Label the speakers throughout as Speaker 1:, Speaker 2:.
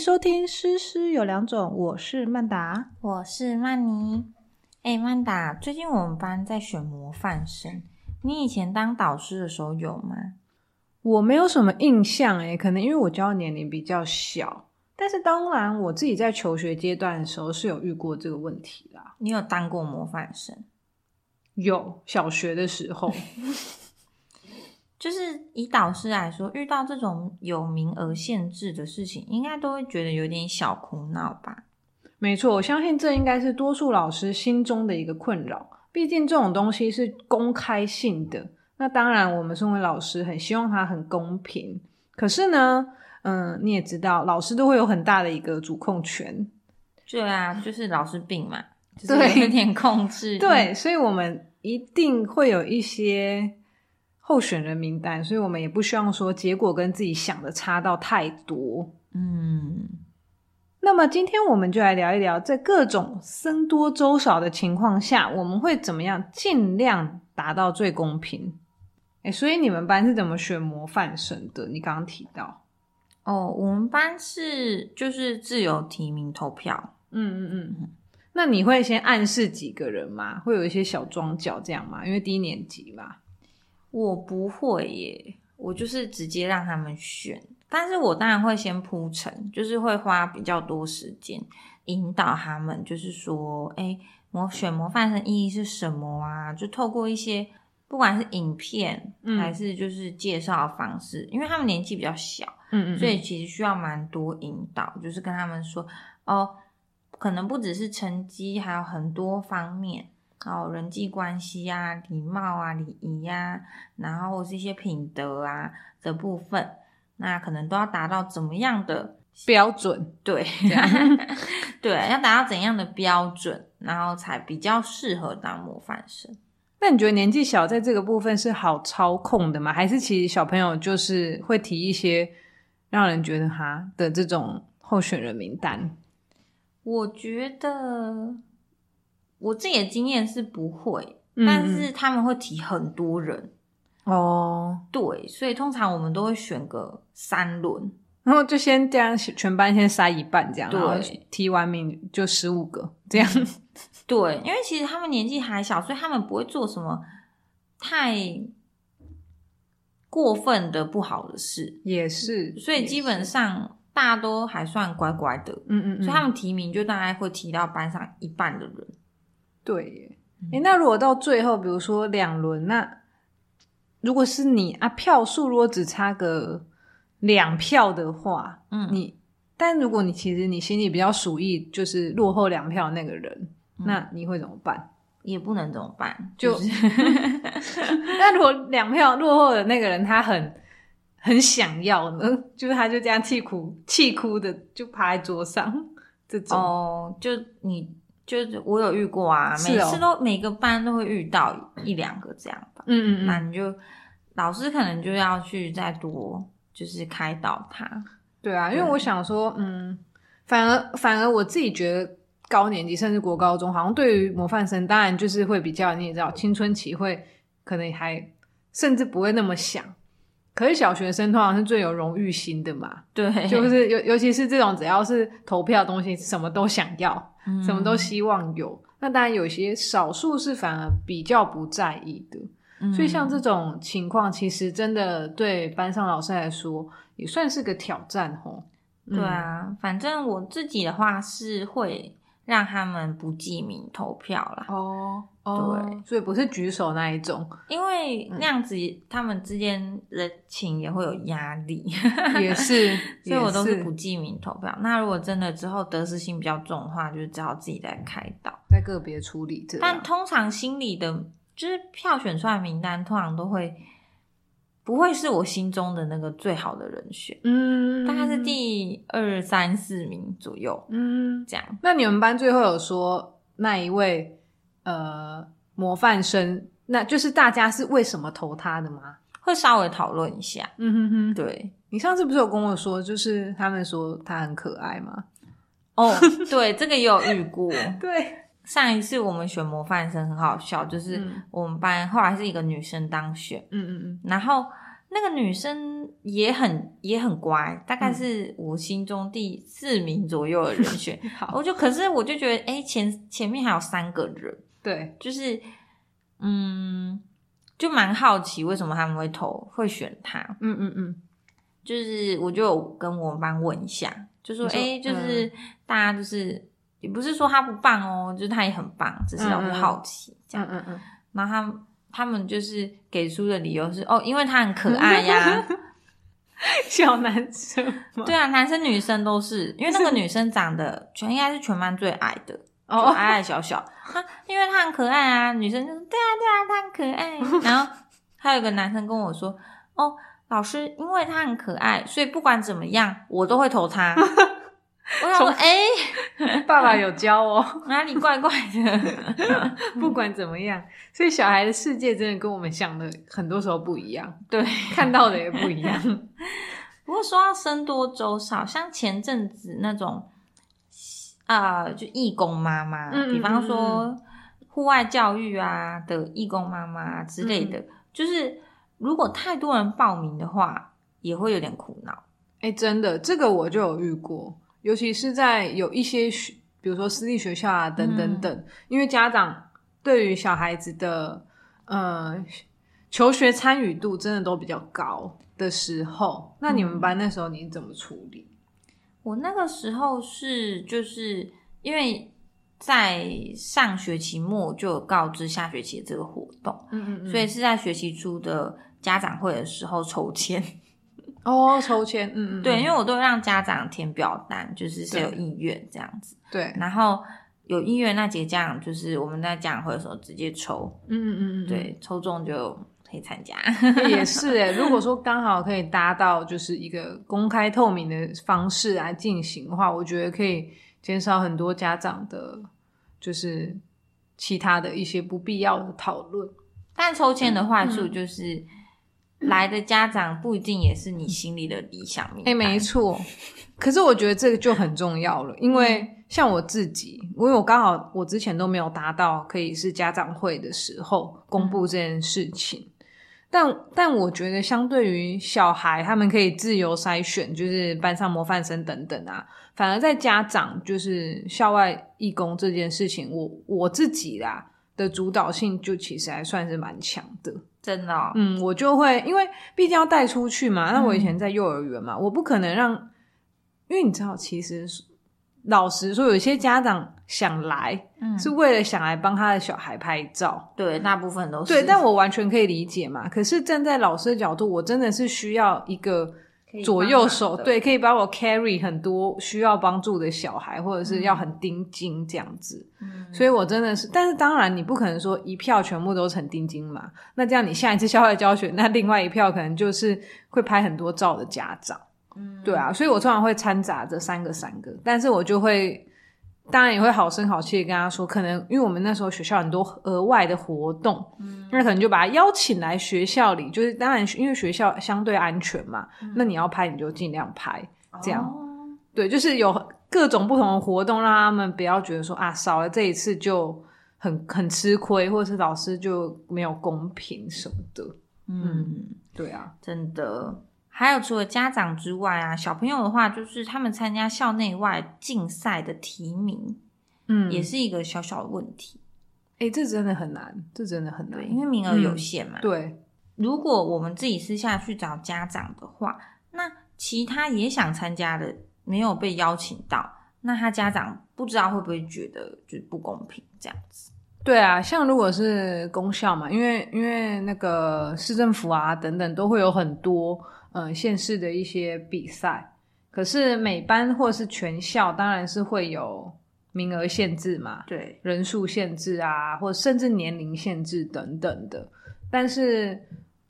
Speaker 1: 收听《诗诗有两种》，我是曼达。
Speaker 2: 我是曼妮。哎，曼达，最近我们班在选模范生，你以前当导师的时候有吗？
Speaker 1: 我没有什么印象诶，可能因为我教的年龄比较小，但是当然我自己在求学阶段的时候是有遇过这个问题啦。
Speaker 2: 你有当过模范生？
Speaker 1: 有小学的时候，
Speaker 2: 就是以导师来说，遇到这种有名额限制的事情，应该都会觉得有点小苦恼吧？
Speaker 1: 没错，我相信这应该是多数老师心中的一个困扰。毕竟这种东西是公开性的，那当然我们身为老师很希望它很公平。可是呢，嗯，你也知道，老师都会有很大的一个主控权。
Speaker 2: 对啊，就是老师病嘛，就是
Speaker 1: 对
Speaker 2: 有点控制。
Speaker 1: 对，，所以我们一定会有一些候选人名单，所以我们也不希望说结果跟自己想的差到太多。
Speaker 2: 嗯，
Speaker 1: 那么今天我们就来聊一聊，在各种僧多粥少的情况下，我们会怎么样尽量达到最公平？哎，所以你们班是怎么选模范生的？你刚刚提到，
Speaker 2: 哦，我们班是就是自由提名投票，
Speaker 1: 嗯嗯嗯，那你会先暗示几个人吗？会有一些小装脚这样吗？因为低年级嘛，
Speaker 2: 我不会耶，我就是直接让他们选，但是我当然会先铺陈，就是会花比较多时间引导他们，就是说，哎，模选模范生意义是什么啊？就透过一些不管是影片
Speaker 1: 嗯
Speaker 2: 还是就是介绍的方式，因为他们年纪比较小，
Speaker 1: 嗯嗯，
Speaker 2: 所以其实需要蛮多引导，就是跟他们说哦，可能不只是成绩，还有很多方面，哦，人际关系啊、礼貌啊、礼仪呀、然后是一些品德啊的部分，那可能都要达到怎么样的
Speaker 1: 标准，
Speaker 2: 对 对，要达到怎样的标准，然后才比较适合当模范生。
Speaker 1: 那你觉得年纪小在这个部分是好操控的吗？还是其实小朋友就是会提一些让人觉得哈的这种候选人名单？
Speaker 2: 我觉得我自己的经验是不会，
Speaker 1: 嗯
Speaker 2: 但
Speaker 1: 嗯
Speaker 2: 是他们会提很多人。
Speaker 1: 哦，
Speaker 2: 对，所以通常我们都会选个三轮。
Speaker 1: 然后就先这样，全班先筛一半这样，
Speaker 2: 对嗯
Speaker 1: 然后提完名就十五个这样。
Speaker 2: 对，因为其实他们年纪还小，所以他们不会做什么太过分的不好的事，
Speaker 1: 也是，
Speaker 2: 嗯所以基本上大家都还算乖乖的。
Speaker 1: 嗯嗯嗯，
Speaker 2: 所以他们提名就大概会提到班上一半的人。
Speaker 1: 对耶。
Speaker 2: 嗯
Speaker 1: 诶，那如果到最后，比如说两轮，那如果是你啊，票数如果只差个两票的话，
Speaker 2: 嗯，
Speaker 1: 你，但如果你其实你心里比较属意，就是落后两票那个人，
Speaker 2: 嗯
Speaker 1: 那你会怎么办？
Speaker 2: 也不能怎么办，
Speaker 1: 就是那如果两票落后的那个人他很很想要呢， 就是他就这样气哭气哭的就趴在桌上， 这种、
Speaker 2: 哦，就你就是我有遇过啊，
Speaker 1: 是
Speaker 2: 每
Speaker 1: 哦
Speaker 2: 次都每个班都会遇到一两个这样吧。
Speaker 1: 嗯嗯
Speaker 2: 那
Speaker 1: 嗯，
Speaker 2: 你就老师可能就要去再多就是开导他。
Speaker 1: 对啊，因为我想说，嗯，反而反而我自己觉得。高年级甚至国高中，好像对于模范生，当然就是会比较，你也知道，青春期会可能还甚至不会那么想。可是小学生通常是最有荣誉心的嘛，
Speaker 2: 对，
Speaker 1: 就是尤尤其是这种只要是投票的东西，什么都想要，
Speaker 2: 嗯
Speaker 1: 什么都希望有。那当然有些少数是反而比较不在意的，
Speaker 2: 嗯
Speaker 1: 所以像这种情况，其实真的对班上老师来说也算是个挑战吼。嗯
Speaker 2: 对，啊，反正我自己的话是会让他们不记名投票啦，
Speaker 1: 哦哦，
Speaker 2: 对，
Speaker 1: 所以不是举手那一 种，
Speaker 2: 因为
Speaker 1: 嗯
Speaker 2: 那样子他们之间的情也会有压力，
Speaker 1: 也是，
Speaker 2: 所以我都
Speaker 1: 也
Speaker 2: 是
Speaker 1: 是
Speaker 2: 不记名投票。那如果真的之后得失心比较重的话，就是只好自己再开导。
Speaker 1: 在个别处理这
Speaker 2: 但
Speaker 1: 样。
Speaker 2: 通常心里的，就是票选出来的名单，通常都会不会是我心中的那个最好的人选，
Speaker 1: 嗯
Speaker 2: 大概是，第二三四名左右
Speaker 1: 嗯，
Speaker 2: 这样。
Speaker 1: 那你们班最后有说那一位呃模范生，那就是大家是为什么投他的吗？
Speaker 2: 会稍微讨论一下，
Speaker 1: 嗯哼哼，
Speaker 2: 对，
Speaker 1: 你上次不是有跟我说，就是他们说他很可爱吗？
Speaker 2: 哦，对，这个也有遇过。
Speaker 1: 对，
Speaker 2: 上一次我们选模范生很好笑，就是
Speaker 1: 嗯
Speaker 2: 我们班后来是一个女生当选，
Speaker 1: 嗯嗯
Speaker 2: 然后那个女生也很也很乖，大
Speaker 1: 嗯
Speaker 2: 概是我心中第四名左右的人选。
Speaker 1: 好，
Speaker 2: 我就可是我就觉得，哎、前前面还有三个人，
Speaker 1: 对，
Speaker 2: 就是嗯，就蛮好奇为什么他们会投会选他。
Speaker 1: 嗯嗯嗯，
Speaker 2: 就是我就有跟我们班问一下，就说
Speaker 1: 你说嗯
Speaker 2: 哎、就是、大家就是也不是说他不棒哦，就是他也很棒，只是让
Speaker 1: 嗯
Speaker 2: 我
Speaker 1: 嗯
Speaker 2: 好奇
Speaker 1: 嗯
Speaker 2: 这样。
Speaker 1: 嗯嗯，
Speaker 2: 然后他们他们就是给出的理由是哦，因为他很可爱 呀、
Speaker 1: 小男生吗？
Speaker 2: 对啊，男生女生都是，因为那个女生长得全应该是全班最矮的，就
Speaker 1: 哦，
Speaker 2: 矮矮小小。她因为她很可爱啊，女生就说对啊对啊，她 很可爱。然后还有一个男生跟我说，哦，老师，因为她很可爱，所以不管怎么样，我都会投 她。我想
Speaker 1: 从
Speaker 2: 说，哎、
Speaker 1: 爸爸有教哦，
Speaker 2: 哪里怪怪的？
Speaker 1: 不管怎么样，所以小孩的世界真的跟我们想的很多时候不一样，
Speaker 2: 对，
Speaker 1: 看到的也不一 样。
Speaker 2: 不过说到僧多粥少，像前阵子那种，啊，就义工妈妈，
Speaker 1: 嗯
Speaker 2: 比方
Speaker 1: 嗯
Speaker 2: 说户外教育啊的义工妈妈之类的，
Speaker 1: 嗯
Speaker 2: 就是如果太多人报名的话，也会有点苦恼。
Speaker 1: 哎、真的，这个我就有遇过，尤其是在有一些学，比如说私立学校啊，等等等，因为家长对于小孩子的呃求学参与度真的都比较高的时候，那你们
Speaker 2: 嗯
Speaker 1: 班那时候你怎么处理？
Speaker 2: 我那个时候是就是因为在上学期末就有告知下学期的这个活动，
Speaker 1: 嗯
Speaker 2: 所以是在学期初的家长会的时候抽签。
Speaker 1: 哦，抽签，嗯嗯，
Speaker 2: 对，因为
Speaker 1: 为
Speaker 2: 我都会让家长填表单，就是谁有
Speaker 1: 对
Speaker 2: 意愿这样子。
Speaker 1: 对，
Speaker 2: 然后有意愿那几个家长，就是我们在家长会的时候直接抽，
Speaker 1: 嗯嗯嗯，嗯，
Speaker 2: 对，抽中就可以参加。
Speaker 1: 也是 哎、如果说刚好可以达到就是一个公开透明的方式来进行的话，我觉得可以减少很多家长的，就是其他的一些不必要的讨论。
Speaker 2: 但抽签的坏处就是，
Speaker 1: 嗯
Speaker 2: 来的家长不一定也是你心里的理想名
Speaker 1: 哎、
Speaker 2: 单。
Speaker 1: 没错。可是我觉得这个就很重要了，因为像我自己，因为我刚好我之前都没有达到可以是家长会的时候公布这件事情，但但我觉得相对于小孩，他们可以自由筛选，就是班上模范生等等啊，反而在家长就是校外义工这件事情，我我自己啦的主导性就其实还算是蛮强的。
Speaker 2: 真的、哦，
Speaker 1: 嗯，我就会因为毕竟要带出去嘛。那我以
Speaker 2: 嗯
Speaker 1: 前在幼儿园嘛，我不可能让，因为你知道，其实是老实说，有些家长想来、
Speaker 2: 嗯，
Speaker 1: 是为了想来帮他的小孩拍照，
Speaker 2: 对，大部分都哦是。
Speaker 1: 对，但我完全可以理解嘛。可是站在老师的角度，我真的是需要一个
Speaker 2: 可以
Speaker 1: 左右
Speaker 2: 帮
Speaker 1: 手，
Speaker 2: 忙的
Speaker 1: 对，可以帮我 carry 很多需要帮助的小孩，或者是要
Speaker 2: 嗯
Speaker 1: 很盯紧这样子。
Speaker 2: 嗯
Speaker 1: 所以我真的是，但是当然你不可能说一票全部都成丁金嘛，那这样你下一次校外教学，那另外一票可能就是会拍很多照的家长，
Speaker 2: 嗯
Speaker 1: 对啊，所以我通常会掺杂这三个三个，但是我就会，当然也会好声好气的跟他说，可能因为我们那时候学校很多额外的活动，
Speaker 2: 嗯
Speaker 1: 那可能就把他邀请来学校里，就是当然因为学校相对安全嘛，
Speaker 2: 嗯
Speaker 1: 那你要拍你就尽量拍，这样
Speaker 2: 哦
Speaker 1: 对，就是有各种不同的活动，让他们不要觉得说啊，少了这一次就很很吃亏，或者是老师就没有公平什么的。
Speaker 2: 嗯
Speaker 1: 对啊，
Speaker 2: 真的。还有除了家长之外啊，小朋友的话，就是他们参加校内外竞赛的提名，
Speaker 1: 嗯，
Speaker 2: 也，是一个小小的问题。
Speaker 1: 哎、这真的很难，这真的很难
Speaker 2: 对，，因为名额有限嘛。，
Speaker 1: 嗯对，
Speaker 2: 如果我们自己私下去找家长的话，那其他也想参加的没有被邀请到，那他家长不知道会不会觉得就不公平这样子？
Speaker 1: 对啊，像如果是公校嘛，因为因为那个市政府啊等等都会有很多嗯、呃县市的一些比赛，可是每班或是全校当然是会有名额限制嘛，
Speaker 2: 对，
Speaker 1: 人数限制啊，或甚至年龄限制等等的。但是，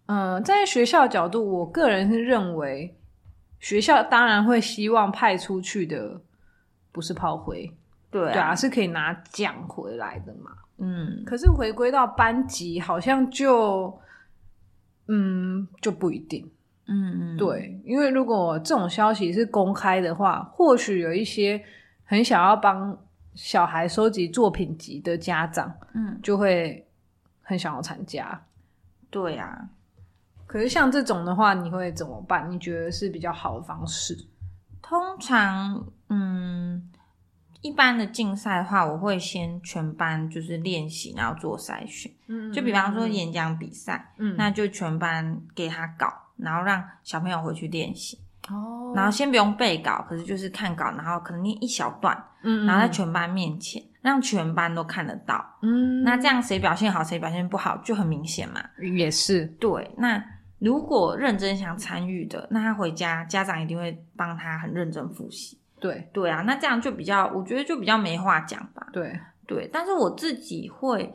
Speaker 1: 嗯、站在学校的角度，我个人是认为，学校当然会希望派出去的不是炮灰，
Speaker 2: 对
Speaker 1: 对
Speaker 2: 啊，
Speaker 1: 啊，是可以拿奖回来的嘛。
Speaker 2: 嗯，
Speaker 1: 可是回归到班级，好像就，嗯，就不一定。
Speaker 2: 嗯嗯，
Speaker 1: 对，因为如果这种消息是公开的话，或许有一些很想要帮小孩收集作品集的家长，
Speaker 2: 嗯，
Speaker 1: 就会很想要参加。
Speaker 2: 对啊。
Speaker 1: 可是像这种的话，你会怎么办？你觉得是比较好的方式？
Speaker 2: 通常，嗯，一般的竞赛的话，我会先全班就是练习，然后做筛选。
Speaker 1: 嗯
Speaker 2: 就比方说，演讲比赛，
Speaker 1: 嗯，
Speaker 2: 那就全班给他稿，然后让小朋友回去练习。
Speaker 1: 哦
Speaker 2: 然后先不用背稿，可是就是看稿，然后可能念一小段，
Speaker 1: 嗯，
Speaker 2: 然后在全班面前，让全班都看得到。
Speaker 1: 嗯，
Speaker 2: 那这样谁表现好，谁表现不好就很明显嘛。
Speaker 1: 也是，
Speaker 2: 对，那如果认真想参与的，那他回家家长一定会帮他很认真复习。
Speaker 1: 对
Speaker 2: 对啊，那这样就比较，我觉得就比较没话讲吧。
Speaker 1: 对，
Speaker 2: 对，但是我自己会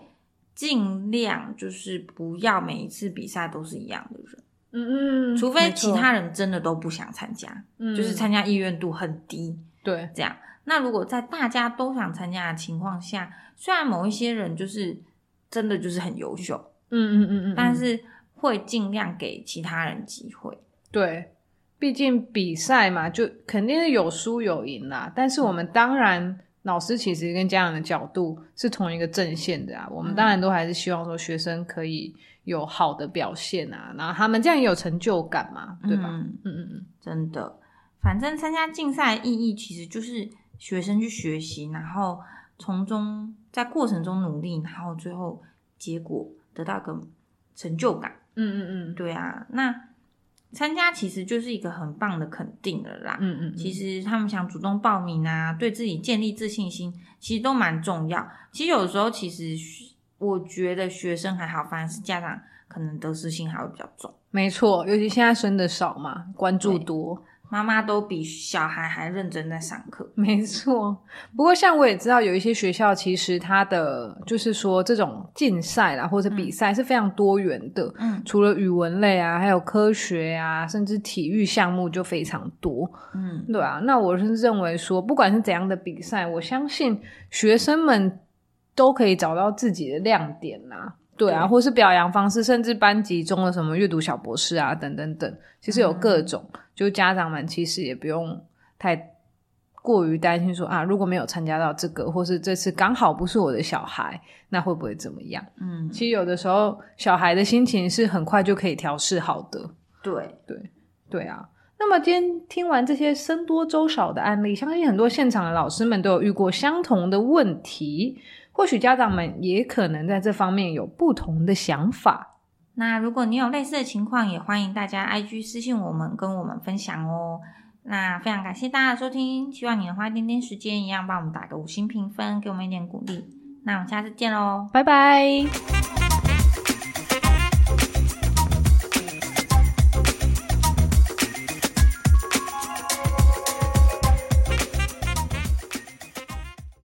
Speaker 2: 尽量就是不要每一次比赛都是一样的人，
Speaker 1: 嗯嗯，
Speaker 2: 除非
Speaker 1: 没
Speaker 2: 其
Speaker 1: 错
Speaker 2: 他人真的都不想参加，就是
Speaker 1: 嗯
Speaker 2: 参加意愿度很低。
Speaker 1: 对，
Speaker 2: 这样。那如果在大家都想参加的情况下，虽然某一些人就是真的就是很优秀，
Speaker 1: 嗯嗯嗯嗯，
Speaker 2: 但是会尽量给其他人机会。
Speaker 1: 对，毕竟比赛嘛，就肯定是有输有赢啦。但是我们当然，老师其实跟家长的角度是同一个阵线的啊。我们当然都还是希望说学生可以有好的表现啊，然后他们这样也有成就感嘛，对吧？
Speaker 2: 嗯，
Speaker 1: 嗯嗯嗯，
Speaker 2: 真的。反正参加竞赛的意义其实就是学生去学习，然后从中在过程中努力，然后最后结果得到一个成就感。
Speaker 1: 嗯嗯嗯，
Speaker 2: 对啊，那参加其实就是一个很棒的肯定了啦。
Speaker 1: 嗯嗯，
Speaker 2: 其
Speaker 1: 实
Speaker 2: 实他们想主动报名啊，对自己建立自信心，其实都蛮重要。其实有时候，其实学我觉得学生还好，反而是家长可能得失心还会比较重，
Speaker 1: 没错，尤其现在生的少嘛，关注
Speaker 2: 对
Speaker 1: 多，
Speaker 2: 妈妈都比小孩还认真在上课。
Speaker 1: 没错，不过像我也知道有一些学校，其实它的就是说这种竞赛啦，或者比赛是非常多元的。
Speaker 2: 嗯
Speaker 1: 除了语文类啊，还有科学啊，甚至体育项目就非常多，
Speaker 2: 嗯，
Speaker 1: 对啊。那我是认为说，不管是怎样的比赛，我相信学生们都可以找到自己的亮点呐、对啊，
Speaker 2: 对
Speaker 1: 或是表扬方式，甚至班级中的什么阅读小博士啊，等等等，其实有各种。就家长们其实也不用太过于担心说啊，如果没有参加到这个，或是这次刚好不是我的小孩，那会不会怎么样？
Speaker 2: 嗯，
Speaker 1: 其实有的时候小孩的心情是很快就可以调试好的，
Speaker 2: 对，
Speaker 1: 对啊。那么今天听完这些僧多粥少的案例，相信很多现场的老师们都有遇过相同的问题，或许家长们也可能在这方面有不同的想法。
Speaker 2: 那如果你有类似的情况，也欢迎大家 IG 私信我们，跟我们分享哦。那非常感谢大家的收听，希望你能花一点点时间，一样帮我们打个五星评分，给我们一点鼓励。那我们下次见喽。
Speaker 1: 拜拜。